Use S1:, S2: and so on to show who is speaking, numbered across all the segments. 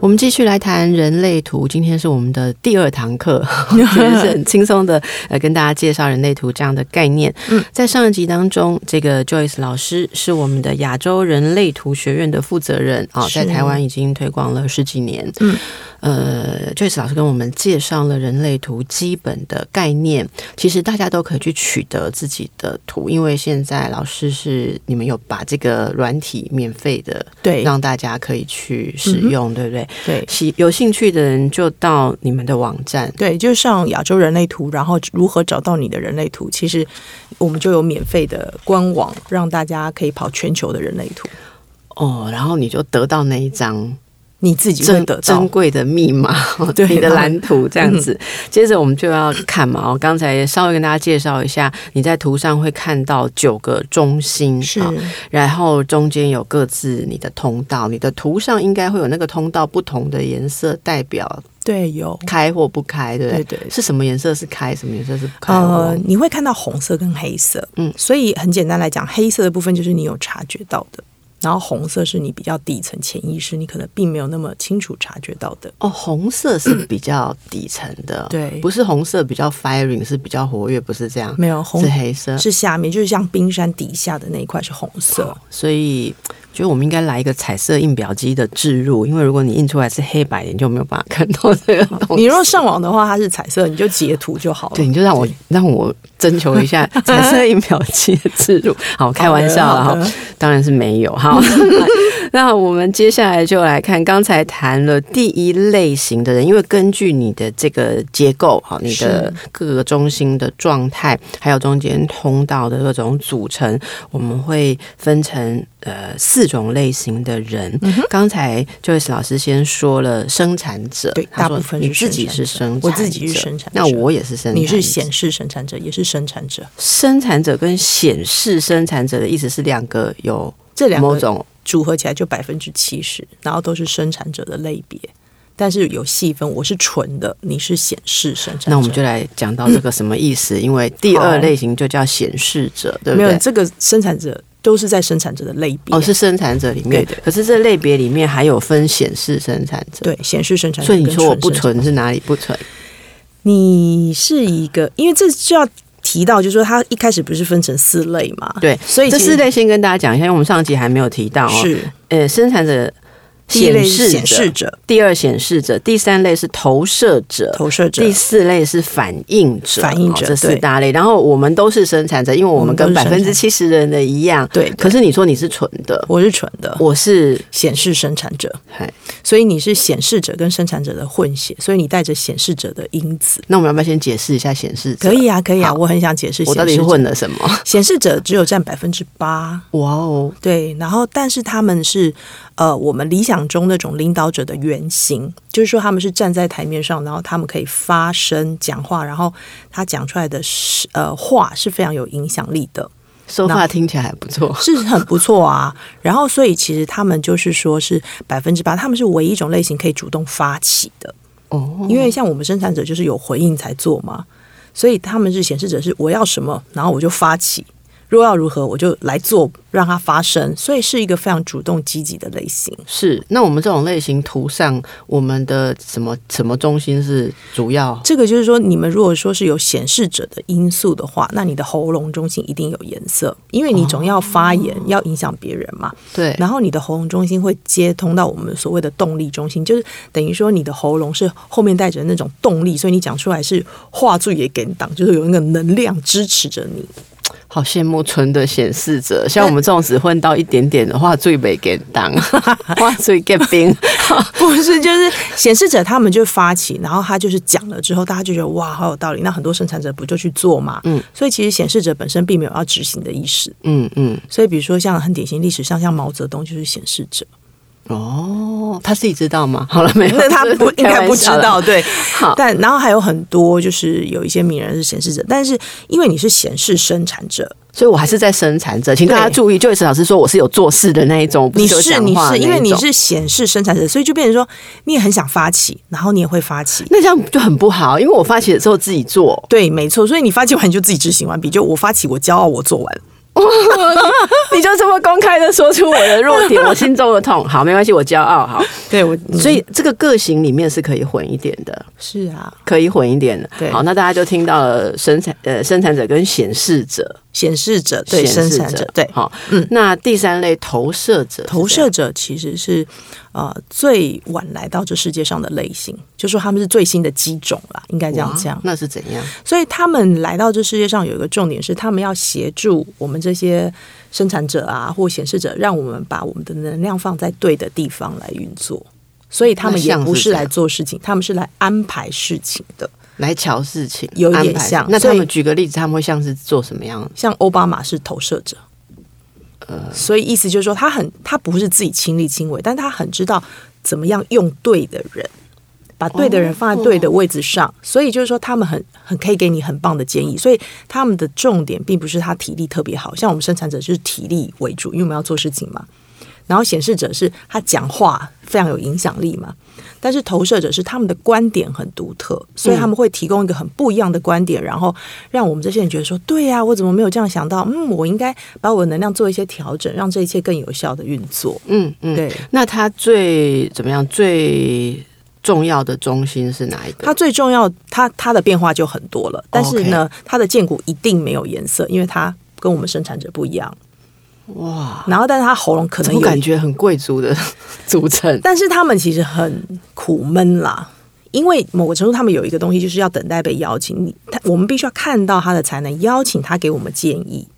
S1: 我们继续来谈人类图，今天是我们的第二堂课， 我觉得是很轻松的，呃，跟大家介绍人类图这样的概念。嗯，在上一集当中，这个 Joyce 老师是我们的亚洲人类图学院的负责人啊、
S2: 是
S1: 在台湾已经推广了十几年。
S2: 嗯，
S1: 呃，Joyce 老师跟我们介绍了人类图基本的概念，其实大家都可以去取得自己的图，因为现在老师是你们有把这个软体免费的
S2: 对
S1: 让大家可以去使用，
S2: 嗯
S1: 对不对？
S2: 对
S1: 喜有兴趣的人就到你们的网站，
S2: 对，就上亚洲人类图，然后如何找到你的人类图？其实我们就有免费的官网，让大家可以跑全球的人类图，
S1: 哦，然后你就得到那一张
S2: 你自己会
S1: 珍
S2: 得
S1: 珍
S2: 到。
S1: 贵的密 码，哦
S2: 对嗯
S1: 你的蓝图这样子。接着我们就要看嘛，我刚才稍微跟大家介绍一下，你在图上会看到九个中心，
S2: 是
S1: 啊然后中间有各自你的通道，你的图上应该会有那个通道不同的颜色代表
S2: 对，有
S1: 开或不开，对不对？
S2: 对对
S1: 是什么颜色是开，什么颜色是不开？我
S2: 呃
S1: 忘了，
S2: 你会看到红色跟黑色，
S1: 嗯
S2: 嗯，所以很简单来讲，黑色的部分就是你有察觉到的，然后红色是你比较底层潜意识，你可能并没有那么清楚察觉到的。
S1: 哦，红色是比较底层的，
S2: 对
S1: 啊不是红色比较 firing，是比较活跃，不是这样，
S2: 没有红
S1: 是黑色，
S2: 是下面，就是像冰山底下的那一块是红色，
S1: 所以。觉得我们应该来一个彩色印表机的置入，因为如果你印出来是黑白的，你就没有办法看到这个东西。
S2: 你如果上网的话，它是彩色，你就截图就好了。
S1: 对，你就让我让我征求一 下彩色印表机的置入。好，开玩笑了
S2: 好的
S1: 哈，当然是没有 哈。好那我们接下来就来看刚才谈了第一类型的人，因为根据你的这个结构哈，你的各个中心的状态，还有中间通道的各种组成，我们会分成呃四种类型的人。
S2: 嗯
S1: 刚才 Joyce 老师先说了生产者，
S2: 对
S1: 他
S2: 大
S1: 说
S2: 部分
S1: 你
S2: 是
S1: 自己是生产
S2: 生产者
S1: 者，
S2: 我自己是生产
S1: 那
S2: 者
S1: 我也是生产者，
S2: 你是显示生产者，也是生产者，
S1: 生产者跟显示生产者的意思是两个有
S2: 这两
S1: 某
S2: 个
S1: 种
S2: 组合起来就百分之七十，然后都是生产者的类别，但是有细分，我是纯的，你是显示生产者。
S1: 那我们就来讲到这个什么意 思，因为第二类型就叫显示者，对不
S2: 哦没有
S1: 对？
S2: 这个生产者都是在生产者的类别，
S1: 哦，是生产者里面，
S2: 对对
S1: 可是这类别里面还有分显示生产者，，
S2: 对显示生产者。
S1: 所以你说我不，纯是哪里不纯？
S2: 你是一个，因为这就要提到，就是说它一开始不是分成四类嘛？
S1: 对，
S2: 所以
S1: 这
S2: 其实
S1: 四类先跟大家讲一下，因为我们上集还没有提到哦。
S2: 是
S1: 呃，生产者、
S2: 第一类是
S1: 显
S2: 显
S1: 示
S2: 示
S1: 者、
S2: 者、
S1: 第二显示者、第三类是投射者，
S2: 投射者
S1: 第四类是反应者，
S2: 反应者
S1: 哦这四
S2: 对
S1: 大类。然后我们都是生产者，因为我们跟
S2: 我
S1: 百
S2: 们都
S1: 分
S2: 是
S1: 之
S2: 生
S1: 七十的人的一样。
S2: 对对
S1: 可是你说你是纯的，
S2: 我是纯的，
S1: 我是
S2: 显示生产者，
S1: 嗨。
S2: 所以你是显示者跟生产者的混血，所以你带着显示者的因子。
S1: 那我们要不要先解释一下显示者？
S2: 可，以啊，可以啊，
S1: 好
S2: 我很想解释
S1: 我
S2: 显
S1: 到底
S2: 示
S1: 是混
S2: 者。
S1: 了什么？
S2: 显示者只有占百分之八，
S1: 哇哦，
S2: 对，然后但是他们是呃，我们理想中那种领导者的原型，就是说他们是站在台面上，然后他们可以发声讲话，然后他讲出来的是呃话是非常有影响力的，
S1: 说话听起来还不错。
S2: 是很不错啊。然后所以其实他们就是说是百分之八，他们是唯一一种类型可以主动发起的，
S1: 哦，
S2: 因为像我们生产者就是有回应才做嘛，所以他们是显示者是我要什么，然后我就发起。若要如何，我就来做，让它发生，所以是一个非常主动积极的类型。
S1: 是。那我们这种类型图上，我们的什么什么中心是主要？
S2: 这个就是说，你们如果说是有显示者的因素的话，那你的喉咙中心一定有颜色，因为你总要发言，要影响别人嘛。
S1: 对，
S2: 然后你的喉咙中心会接通到我们所谓的动力中心，就是等于说你的喉咙是后面带着那种动力，所以你讲出来是话术也给你挡，就是有那个能量支持着你。
S1: 好羡慕纯的显示者，像我们这种只混到一点点的话，最没给 当，话最给冰。
S2: 不是，就是显示者他们就发起，然后他就是讲了之后，大家就觉得哇，好有道理。那很多生产者不就去做嘛？
S1: 嗯，
S2: 所以其实显示者本身并没有要执行的意识。
S1: 嗯嗯，
S2: 所以，比如说像很典型历史上，像毛泽东就是显示者，
S1: 哦，他自己知道吗？好 了没有？
S2: 那他不 应
S1: 开玩笑
S2: 该不知道，
S1: 了。
S2: 对。
S1: 好，
S2: 但然后还有很多就是有一些名人是显示者，但是因为你是显示生产者，
S1: 所以我还是在生产者，请大家
S2: 对
S1: 注意，就 e 老师说我是有做事的那一种，不
S2: 你
S1: 有
S2: 是
S1: 讲
S2: 你
S1: 话的
S2: 是因
S1: 那
S2: 为
S1: 一
S2: 你
S1: 种
S2: 是显示生产者，所以就变成说你也很想发起，然后你也会发起。
S1: 那这样就很不好，因为我发起的时候自己 做，
S2: 对，没错，所以你发起完你就自己执行完毕，就我发起，我骄傲，我做完。
S1: 你就这么公开的说出我的弱点，我心中的痛。 好，没关系，我骄傲。好，
S2: 对我，嗯
S1: 所以这个个性里面是可以混一点的，
S2: 是啊，
S1: 可以混一点的。
S2: 对
S1: 好，那大家就听到了生产呃生产者跟显示者，
S2: 显示者对
S1: 显
S2: 生
S1: 示
S2: 产者对嗯
S1: 好，那第三类投射者是怎样，
S2: 投射者其实是呃最晚来到这世界上的类型，就说他们是最新的机种啦，应该这样
S1: 哇
S2: 讲。
S1: 那是怎样？
S2: 所以他们来到这世界上有一个重点是，他们要协助我们这些生产者啊或显示者，让我们把我们的能量放在对的地方来运作。所以他们
S1: 那
S2: 也
S1: 像是
S2: 不是
S1: 怎样
S2: 来做事情，他们是来安排事情的。
S1: 来瞧事情，
S2: 有一点
S1: 安排
S2: 像
S1: 那
S2: 所
S1: 他
S2: 以
S1: 们举个例子，他们会像是做什么样？
S2: 像奥巴马是投射者，所以意思就是说他很他不是自己亲力亲为，但他很知道怎么样用对的人，把对的人放在对的位置上，所以就是说他们很很可以给你很棒的建议，所以他们的重点并不是他体力特别好，像我们生产者就是体力为主，因为我们要做事情嘛。然后显示者是他讲话非常有影响力嘛，但是投射者是他们的观点很独特，所以他们会提供一个很不一样的观点，然后让我们这些人觉得说，对呀、我怎么没有这样想到？嗯，我应该把我的能量做一些调整，让这一切更有效的运作。
S1: 嗯嗯，
S2: 对，
S1: 那他最怎么样？最重要的中心是哪一个？
S2: 它最重要，它它的变化就很多
S1: 哦
S2: 了，但是呢，它的剑骨一定没有颜色，因为它跟我们生产者不一样。
S1: 哇，
S2: 然后，但是它喉咙
S1: 啊
S2: 可
S1: 怎
S2: 能
S1: 么
S2: 有
S1: 感觉很贵族 的组成？
S2: 但是他们其实很苦闷啦，因为某个程度，他们有一个东西就是要等待被邀请。你他我们必须要看到他的才能，邀请他给我们建议，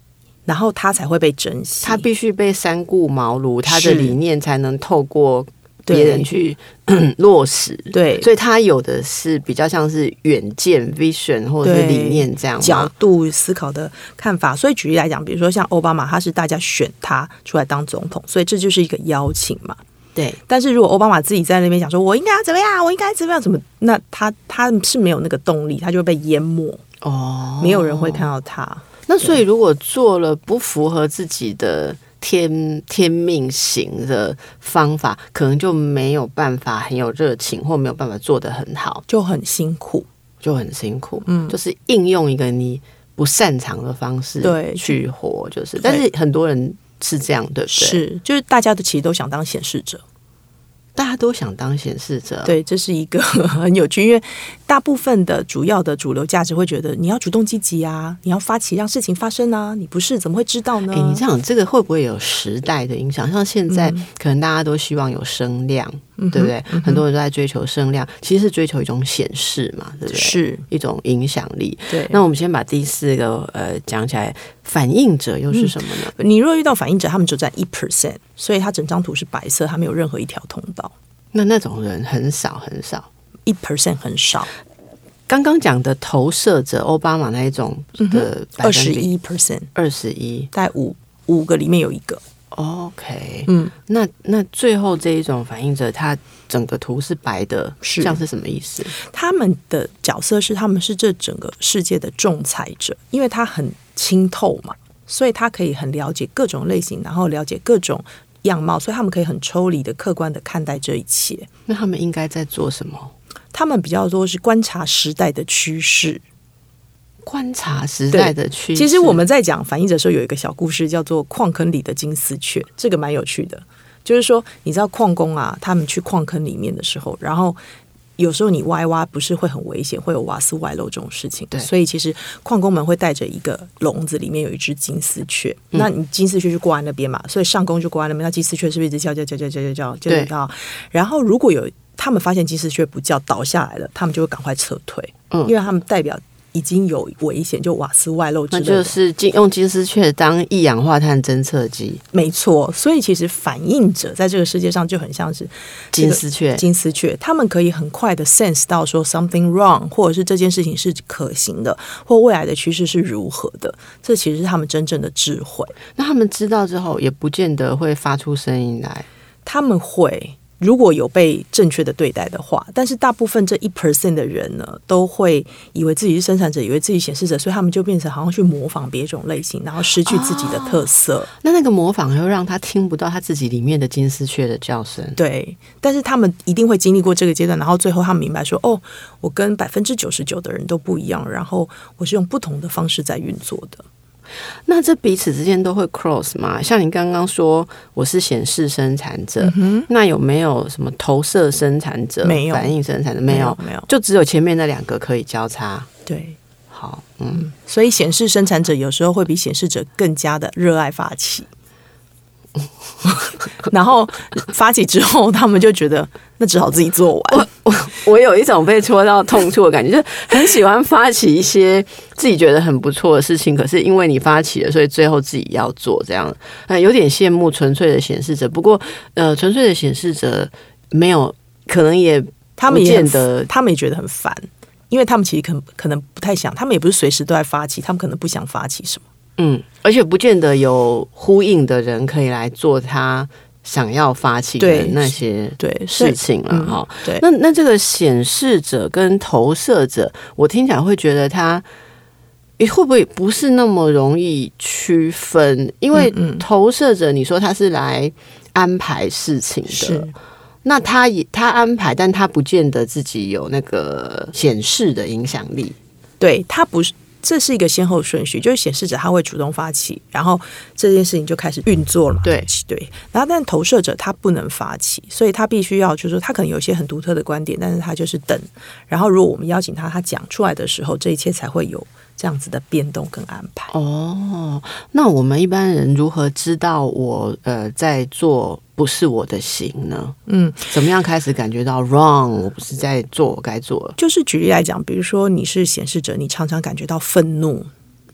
S2: 然后他才会被珍惜。
S1: 他必须被三顾茅庐，他的
S2: 是
S1: 理念才能透过
S2: 对
S1: 别人去 落实。
S2: 对
S1: 所以他有的是比较像是远见 vision 或者是
S2: 对
S1: 理念这样
S2: 角
S1: 吗？
S2: 度思考的看法。所以举例来讲，比如说像奥巴马，他是大家选他出来当总统，所以这就是一个邀请嘛。
S1: 对，
S2: 但是如果奥巴马自己在那边想说，我应该要怎么样，我应该怎么样，怎么，那他他是没有那个动力，他就会被淹没，
S1: 哦，
S2: 没有人会看到他。
S1: 那所以，如果做了不符合自己的天天命型的方法，可能就没有办法很有热情，或没有办法做得很好，
S2: 就很辛苦，
S1: 就很辛苦。嗯，就是应用一个你不擅长的方式
S2: 对
S1: 去活，就是。但是很多人是这样，对不对？，
S2: 是，就是大家都其实都想当显示者，
S1: 大家都想当显示者。，
S2: 对，这是一个很有趣，因为大部分的主要的主流价值会觉得你要主动积极啊，你要发起让事情发生啊，你不是怎么会知道呢？
S1: 哎，你这样这个会不会有时代的影响？像现在，
S2: 嗯
S1: 可能大家都希望有声量，对不对？很多人都在追求声量，其实是追求一种显示嘛，对不对？
S2: 是
S1: 一种影响力。
S2: 对。
S1: 那我们先把第四个呃讲起来，反应者又是什么呢？
S2: 你若遇到反应者，他们只占一 percent，所以他整张图是白色，他没有任何一条通道，
S1: 那那种人很少很少。
S2: 一 percent 很少，
S1: 刚刚讲的投射者，奥巴马那一种的
S2: 嗯二十一 percent，
S1: 二十一
S2: 大概五五个里面有一个，
S1: ，OK，
S2: 嗯，
S1: 那那最后这一种反应者，他整个图是白的，
S2: 是
S1: 这样是什么意思？
S2: 他们的角色是他们是这整个世界的仲裁者，因为他很清透嘛，所以他可以很了解各种类型，然后了解各种样貌，所以他们可以很抽离的、客观的看待这一切。
S1: 那他们应该在做什么？
S2: 他们比较多是观察时代的趋势。
S1: 观察时代的趋势。
S2: 其实我们在讲反应者的时候，有一个小故事叫做“矿坑里的金丝雀”，这个蛮有趣的。就是说，你知道矿工啊，他们去矿坑里面的时候，然后有时候你挖一挖，不是会很危险，会有瓦斯外漏这种事情。
S1: 对
S2: 所以其实矿工们会带着一个笼子，里面有一只金丝雀。
S1: 嗯
S2: 那你金丝雀就挂在那边嘛，所以上工就挂在那边，那金丝雀是不是一直叫叫叫叫叫叫叫叫
S1: 对
S2: 到？然后如果有他们发现金丝雀不叫倒下来了，他们就会赶快撤退，
S1: 嗯
S2: 因为他们代表。已经有危险，就瓦斯外漏之
S1: 那
S2: 类
S1: 就
S2: 的，
S1: 是金用金丝雀当一氧化碳侦测机，
S2: 没错，所以其实反应者在这个世界上就很像是这个
S1: 金丝雀
S2: 金丝雀，他们可以很快的 sense 到说 something wrong，或者是这件事情是可行的，或未来的趋势是如何的。这其实是他们真正的智慧。
S1: 那他们知道之后，也不见得会发出声音来。
S2: 他们会如果有被正确的对待的话，但是大部分这一 percent 的人呢，都会以为自己是生产者，以为自己显示者，所以他们就变成好像去模仿别种类型，然后失去自己的特色。
S1: 那那个模仿又让他听不到他自己里面的金丝雀的叫声。
S2: 对，但是他们一定会经历过这个阶段，然后最后他们明白说，哦，我跟百分之九十九的人都不一样，然后我是用不同的方式在运作的。
S1: 那这彼此之间都会 cross 吗？像你刚刚说我是显示生产者，那有没有什么投射生产者、
S2: 嗯没有
S1: 反应生产者？没有，
S2: 没有，
S1: 就只有前面那两个可以交叉。
S2: 对，
S1: 好，嗯，
S2: 所以显示生产者有时候会比显示者更加的热爱发起， 然后发起之后，他们就觉得那只好自己做完。
S1: 我有一种被戳到痛处的感觉，就是很喜欢发起一些自己觉得很不错的事情，可是因为你发起了，所以最后自己要做这样，呃，有点羡慕纯粹的显示者。不过，呃，纯粹的显示者没有，可能也
S2: 他们也
S1: 不见得
S2: 很，他们也觉得很烦，因为他们其实可可能不太想，他们也不是随时都在发起，他们可能不想发起什么。
S1: 嗯，而且不见得有呼应的人可以来做他想要发起的
S2: 对
S1: 那些
S2: 对，所以
S1: 事情了
S2: 嗯
S1: 哈。
S2: 对
S1: 那那这个显示者跟投射者，我听起来会觉得他。诶会不会不是那么容易区分？因为
S2: 嗯嗯
S1: 投射者，你说他是来安排事情的，
S2: 是
S1: 那他也他安排，但他不见得自己有那个显示的影响力。
S2: 对，它不是。这是一个先后顺序，就是显示者他会主动发起，然后这件事情就开始运作了嘛。
S1: 对
S2: 对，然后但投射者他不能发起，所以他必须要就是说他可能有一些很独特的观点，但是他就是等。然后如果我们邀请他，他讲出来的时候，这一切才会有这样子的变动跟安排。
S1: 哦，那我们一般人如何知道我呃在做不是我的行呢？
S2: 嗯，
S1: 怎么样开始感觉到 wrong？我不是在做我该做的。
S2: 就是举例来讲，比如说你是显示者，你常常感觉到愤怒，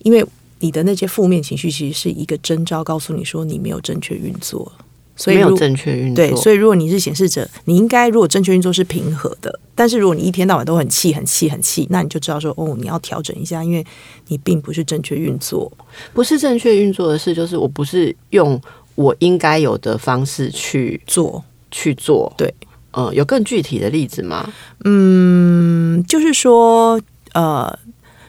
S2: 因为你的那些负面情绪其实是一个征兆，告诉你说你没有正确运作，所以
S1: 没有
S2: 如
S1: 正确运作，
S2: 对，所以如果你是显示者，你应该如果正确运作是平和的，但是如果你一天到晚都很气、很气、很气，那你就知道说哦，你要调整一下，因为你并不是正确运作。
S1: 不是正确运作的事，就是我不是用我应该有的方式去
S2: 做，
S1: 去做。
S2: 对，
S1: 呃，有更具体的例子吗？
S2: 嗯，就是说，呃，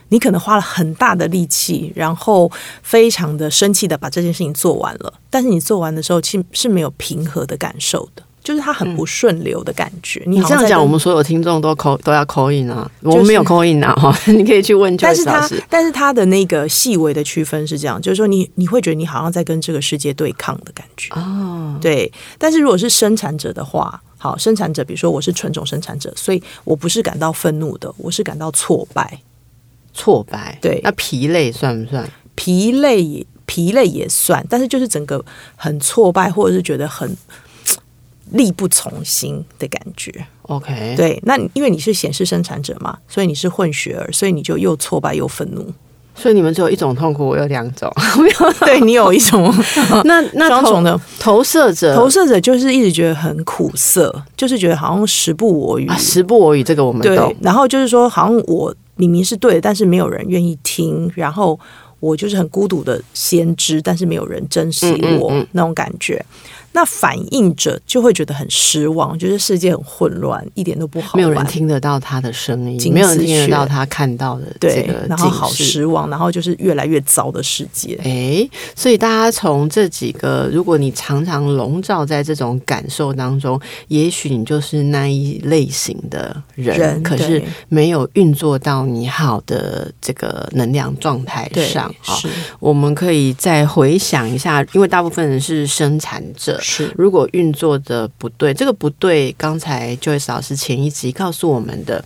S2: 你可能花了很大的力气，然后非常的生气的把这件事情做完了，但是你做完的时候，其实是没有平和的感受的，就是它很不顺流的感觉。嗯你
S1: 你
S2: 好
S1: 这
S2: 像
S1: 样
S2: 在
S1: 讲，
S2: 跟
S1: 我们所有听众都扣都要扣印啊，我们没有扣印啊， 哈，你可以去问 Joyce
S2: 但是
S1: 老
S2: 它
S1: 师。
S2: 但是它的那个细微的区分是这样，就是说你你会觉得你好像在跟这个世界对抗的感觉。
S1: 哦，
S2: 对，但是如果是生产者的话，好，生产者，比如说我是纯种生产者，所以我不是感到愤怒的，我是感到挫败、
S1: 挫败，
S2: 对
S1: 那疲累算不算？
S2: 疲累也疲累也算，但是就是整个很挫败，或者是觉得很力不从心的感觉。
S1: OK，
S2: 对，那你因为你是显示生产者嘛，所以你是混血儿，所以你就又挫败又愤怒，
S1: 所以你们只有一种痛苦，我有两种。没有，
S2: 对你有一种
S1: 那 那
S2: 双重
S1: 投
S2: 的
S1: 投射者，
S2: 投射者就是一直觉得很苦涩，就是觉得好像时不我与。
S1: 啊，时不我与，这个我们
S2: 对
S1: 懂。，
S2: 然后就是说，好像我明明是对的，但是没有人愿意听，然后我就是很孤独的先知，但是没有人珍惜
S1: 嗯嗯
S2: 我
S1: 嗯
S2: 那种感觉。那反应者就会觉得很失望，就是世界很混乱，一点都不好玩，
S1: 没有人听得到他的声音，
S2: 金丝
S1: 没有人听得
S2: 雀
S1: 到他看到的这
S2: 对
S1: 个，
S2: 然后
S1: 景
S2: 好
S1: 致
S2: 失望，然后就是越来越糟的世界。
S1: 诶，所以大家从这几个，如果你常常笼罩在这种感受当中，也许你就是那一类型的人，
S2: 人
S1: 可
S2: 对
S1: 是没有运作到你好的这个能量状态
S2: 对，
S1: 上啊。
S2: 是
S1: 我们可以再回想一下，因为大部分人是生产者，
S2: 是，
S1: 如果运作的不对，这个不对，刚才 Joyce 老师前一集告诉我们的，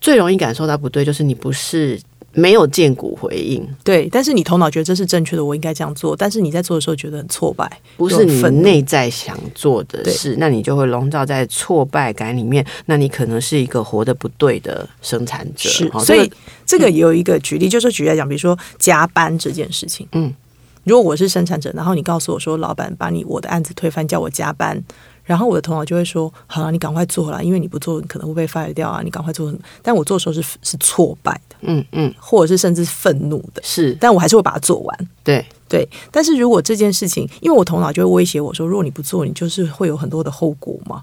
S1: 最容易感受到不对就是你不是没有见骨回应，
S2: 对。但是你头脑觉得这是正确的，我应该这样做，但是你在做的时候觉得很挫败，
S1: 不是你
S2: 有愤怒
S1: 内在想做的事，那你就会笼罩在挫败感里面，那你可能是一个活得不对的生产者。
S2: 是
S1: 好，
S2: 所
S1: 这
S2: 以
S1: 个嗯
S2: 这个也有一个举例，就是举例来讲，比如说加班这件事情，
S1: 嗯，
S2: 如果我是生产者，然后你告诉我说，老板把你我的案子推翻，叫我加班，然后我的头脑就会说：好了，你赶快做了，因为你不做，你可能会被 fire 掉啊，你赶快做。但我做的时候是是挫败的，
S1: 嗯嗯，
S2: 或者是甚至愤怒的，
S1: 是
S2: 但我还是会把它做完。
S1: 对，
S2: 对，但是如果这件事情，因为我头脑就会威胁我说，如果你不做，你就是会有很多的后果嘛。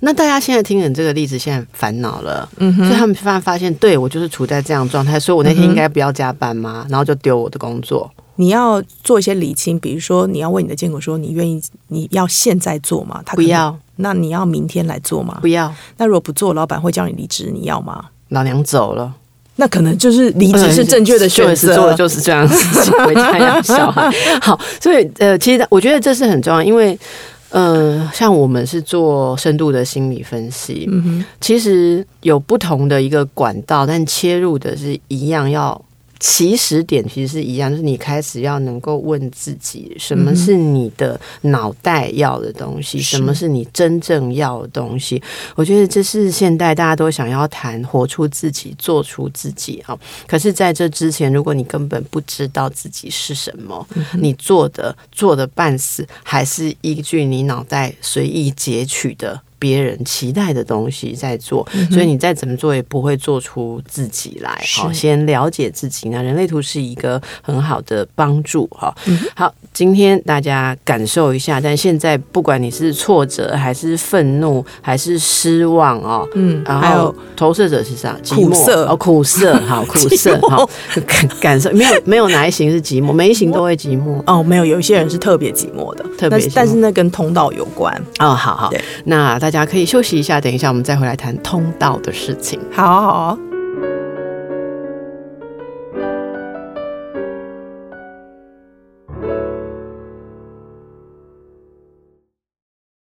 S1: 那大家现在听了你这个例子，现在烦恼了，
S2: 嗯
S1: 所以他们突然发现，对我就是处在这样的状态，所以我那天应该不要加班吗？然后就丢我的工作，
S2: 你要做一些理清，比如说你要问你的监管说，你愿意你要现在做吗？他
S1: 不
S2: 可能。
S1: 要
S2: 那你要明天来做吗
S1: 不？要，
S2: 那如果不做，老板会叫你离职，你要吗？
S1: 老娘走了，
S2: 那可能就是离职是正确的选
S1: 呃嗯就是做
S2: 择
S1: 的。就是这样的事 情，回家养小孩。好，所以呃，其实我觉得这是很重要，因为呃，像我们是做深度的心理分析，
S2: 嗯哼，
S1: 其实有不同的一个管道，但切入的是一样要。起始点其实是一样，就是你开始要能够问自己，什
S2: 嗯
S1: 么是你的脑袋要的东西，
S2: 是
S1: 什么是你真正要的东西。我觉得这是现代大家都想要谈，活出自己，做出自己啊、可是在这之前，如果你根本不知道自己是什么，
S2: 嗯
S1: 你做的做的半死，还是依据你脑袋随意截取的别人期待的东西在做，所以你再怎么做也不会做出自己来。
S2: 嗯是
S1: 好，先了解自己。那人类图是一个很好的帮助哈。
S2: 嗯
S1: 好，今天大家感受一下，但现在不管你是挫折还是愤怒还是失望哦，
S2: 嗯，
S1: 然
S2: 还有
S1: 后投射者是啥？寂
S2: 苦
S1: 寞
S2: 涩
S1: 哦，苦涩，好，苦涩，
S2: 寞
S1: 好，感感受没有没有哪一型是寂寞，每一型都会寂寞。
S2: 哦，没有，有一些人是特别寂寞的，
S1: 特别
S2: 但是
S1: 寂寞
S2: 但是那跟通道有关。
S1: 哦，好好
S2: 对，
S1: 那大家可以休息一下，等一下我们再回来谈通道的事情。
S2: 好好好。